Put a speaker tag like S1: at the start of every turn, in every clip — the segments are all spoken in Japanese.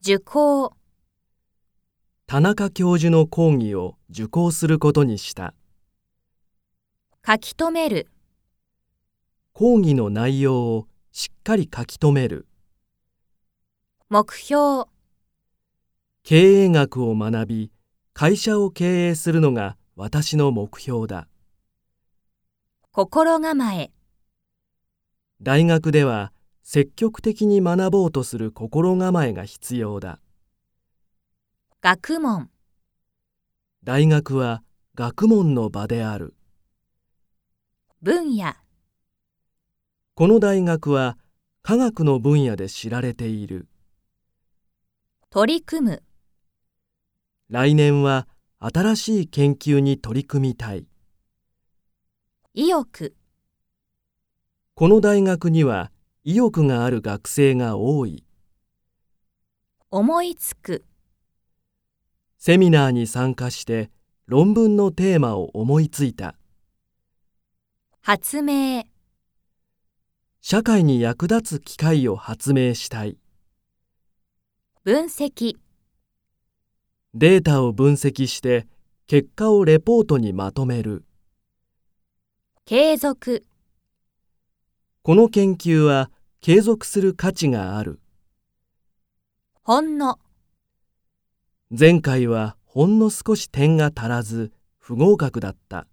S1: 受講、
S2: 田中教授の講義を受講することにした
S1: 書き留める、
S2: 講義の内容をしっかり書き留める
S1: 目標、
S2: 経営学を学び会社を経営するのが私の目標だ
S1: 心構え、
S2: 大学では積極的に学ぼうとする心構えが必要だ
S1: 学問、
S2: 大学は学問の場である
S1: 分野、
S2: この大学は科学の分野で知られている
S1: 取り組む、
S2: 来年は新しい研究に取り組みたい
S1: 意欲、
S2: この大学には意欲がある学生が多い
S1: 思いつく、
S2: セミナーに参加して論文のテーマを思いついた
S1: 発明、
S2: 社会に役立つ機械を発明したい
S1: 分析、
S2: データを分析して結果をレポートにまとめる
S1: 継続、
S2: この研究は継続する価値がある
S1: ほんの、
S2: 前回はほんの少し点が足らず不合格だった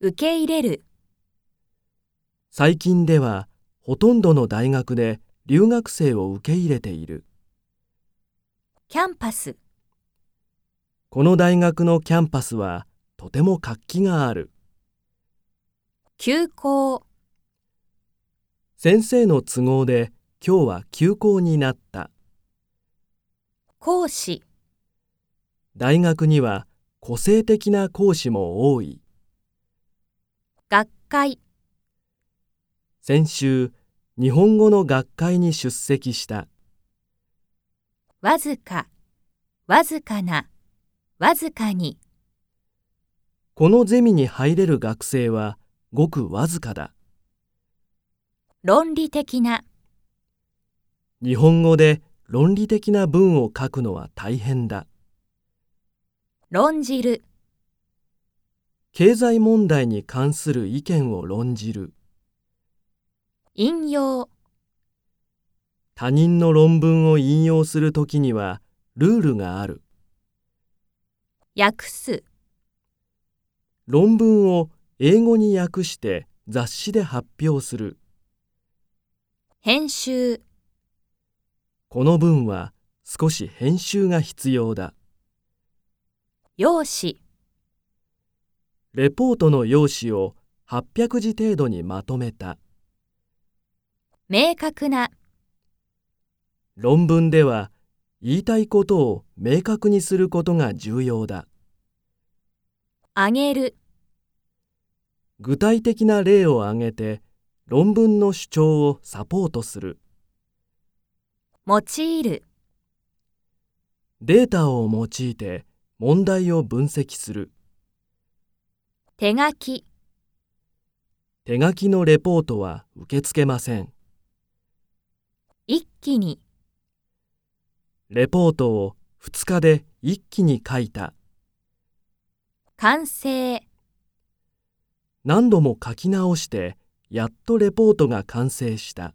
S1: 受け入れる、
S2: 最近ではほとんどの大学で留学生を受け入れている
S1: キャンパス、
S2: この大学のキャンパスはとても活気がある
S1: 休校、
S2: 先生の都合で今日は休校になった
S1: 講師、
S2: 大学には個性的な講師も多い
S1: 学会、
S2: 先週日本語の学会に出席した
S1: わずか、わずかな、わずかに、
S2: このゼミに入れる学生はごくわずかだ
S1: 論理的な、
S2: 日本語で論理的な文を書くのは大変だ
S1: 論じる、
S2: 経済問題に関する意見を論じる
S1: 引用、
S2: 他人の論文を引用するときにはルールがある
S1: 訳す、
S2: 論文を英語に訳して雑誌で発表する
S1: 編集、
S2: この文は少し編集が必要だ
S1: 用紙、
S2: レポートの用紙を800字程度にまとめた
S1: 明確な、
S2: 論文では言いたいことを明確にすることが重要だ
S1: あげる、
S2: 具体的な例を挙げて論文の主張をサポートする
S1: 用いる、
S2: データを用いて問題を分析する
S1: 手書き、
S2: 手書きのレポートは受け付けません
S1: 一気に、
S2: レポートを2日で一気に書いた
S1: 完成、
S2: 何度も書き直してやっとレポートが完成した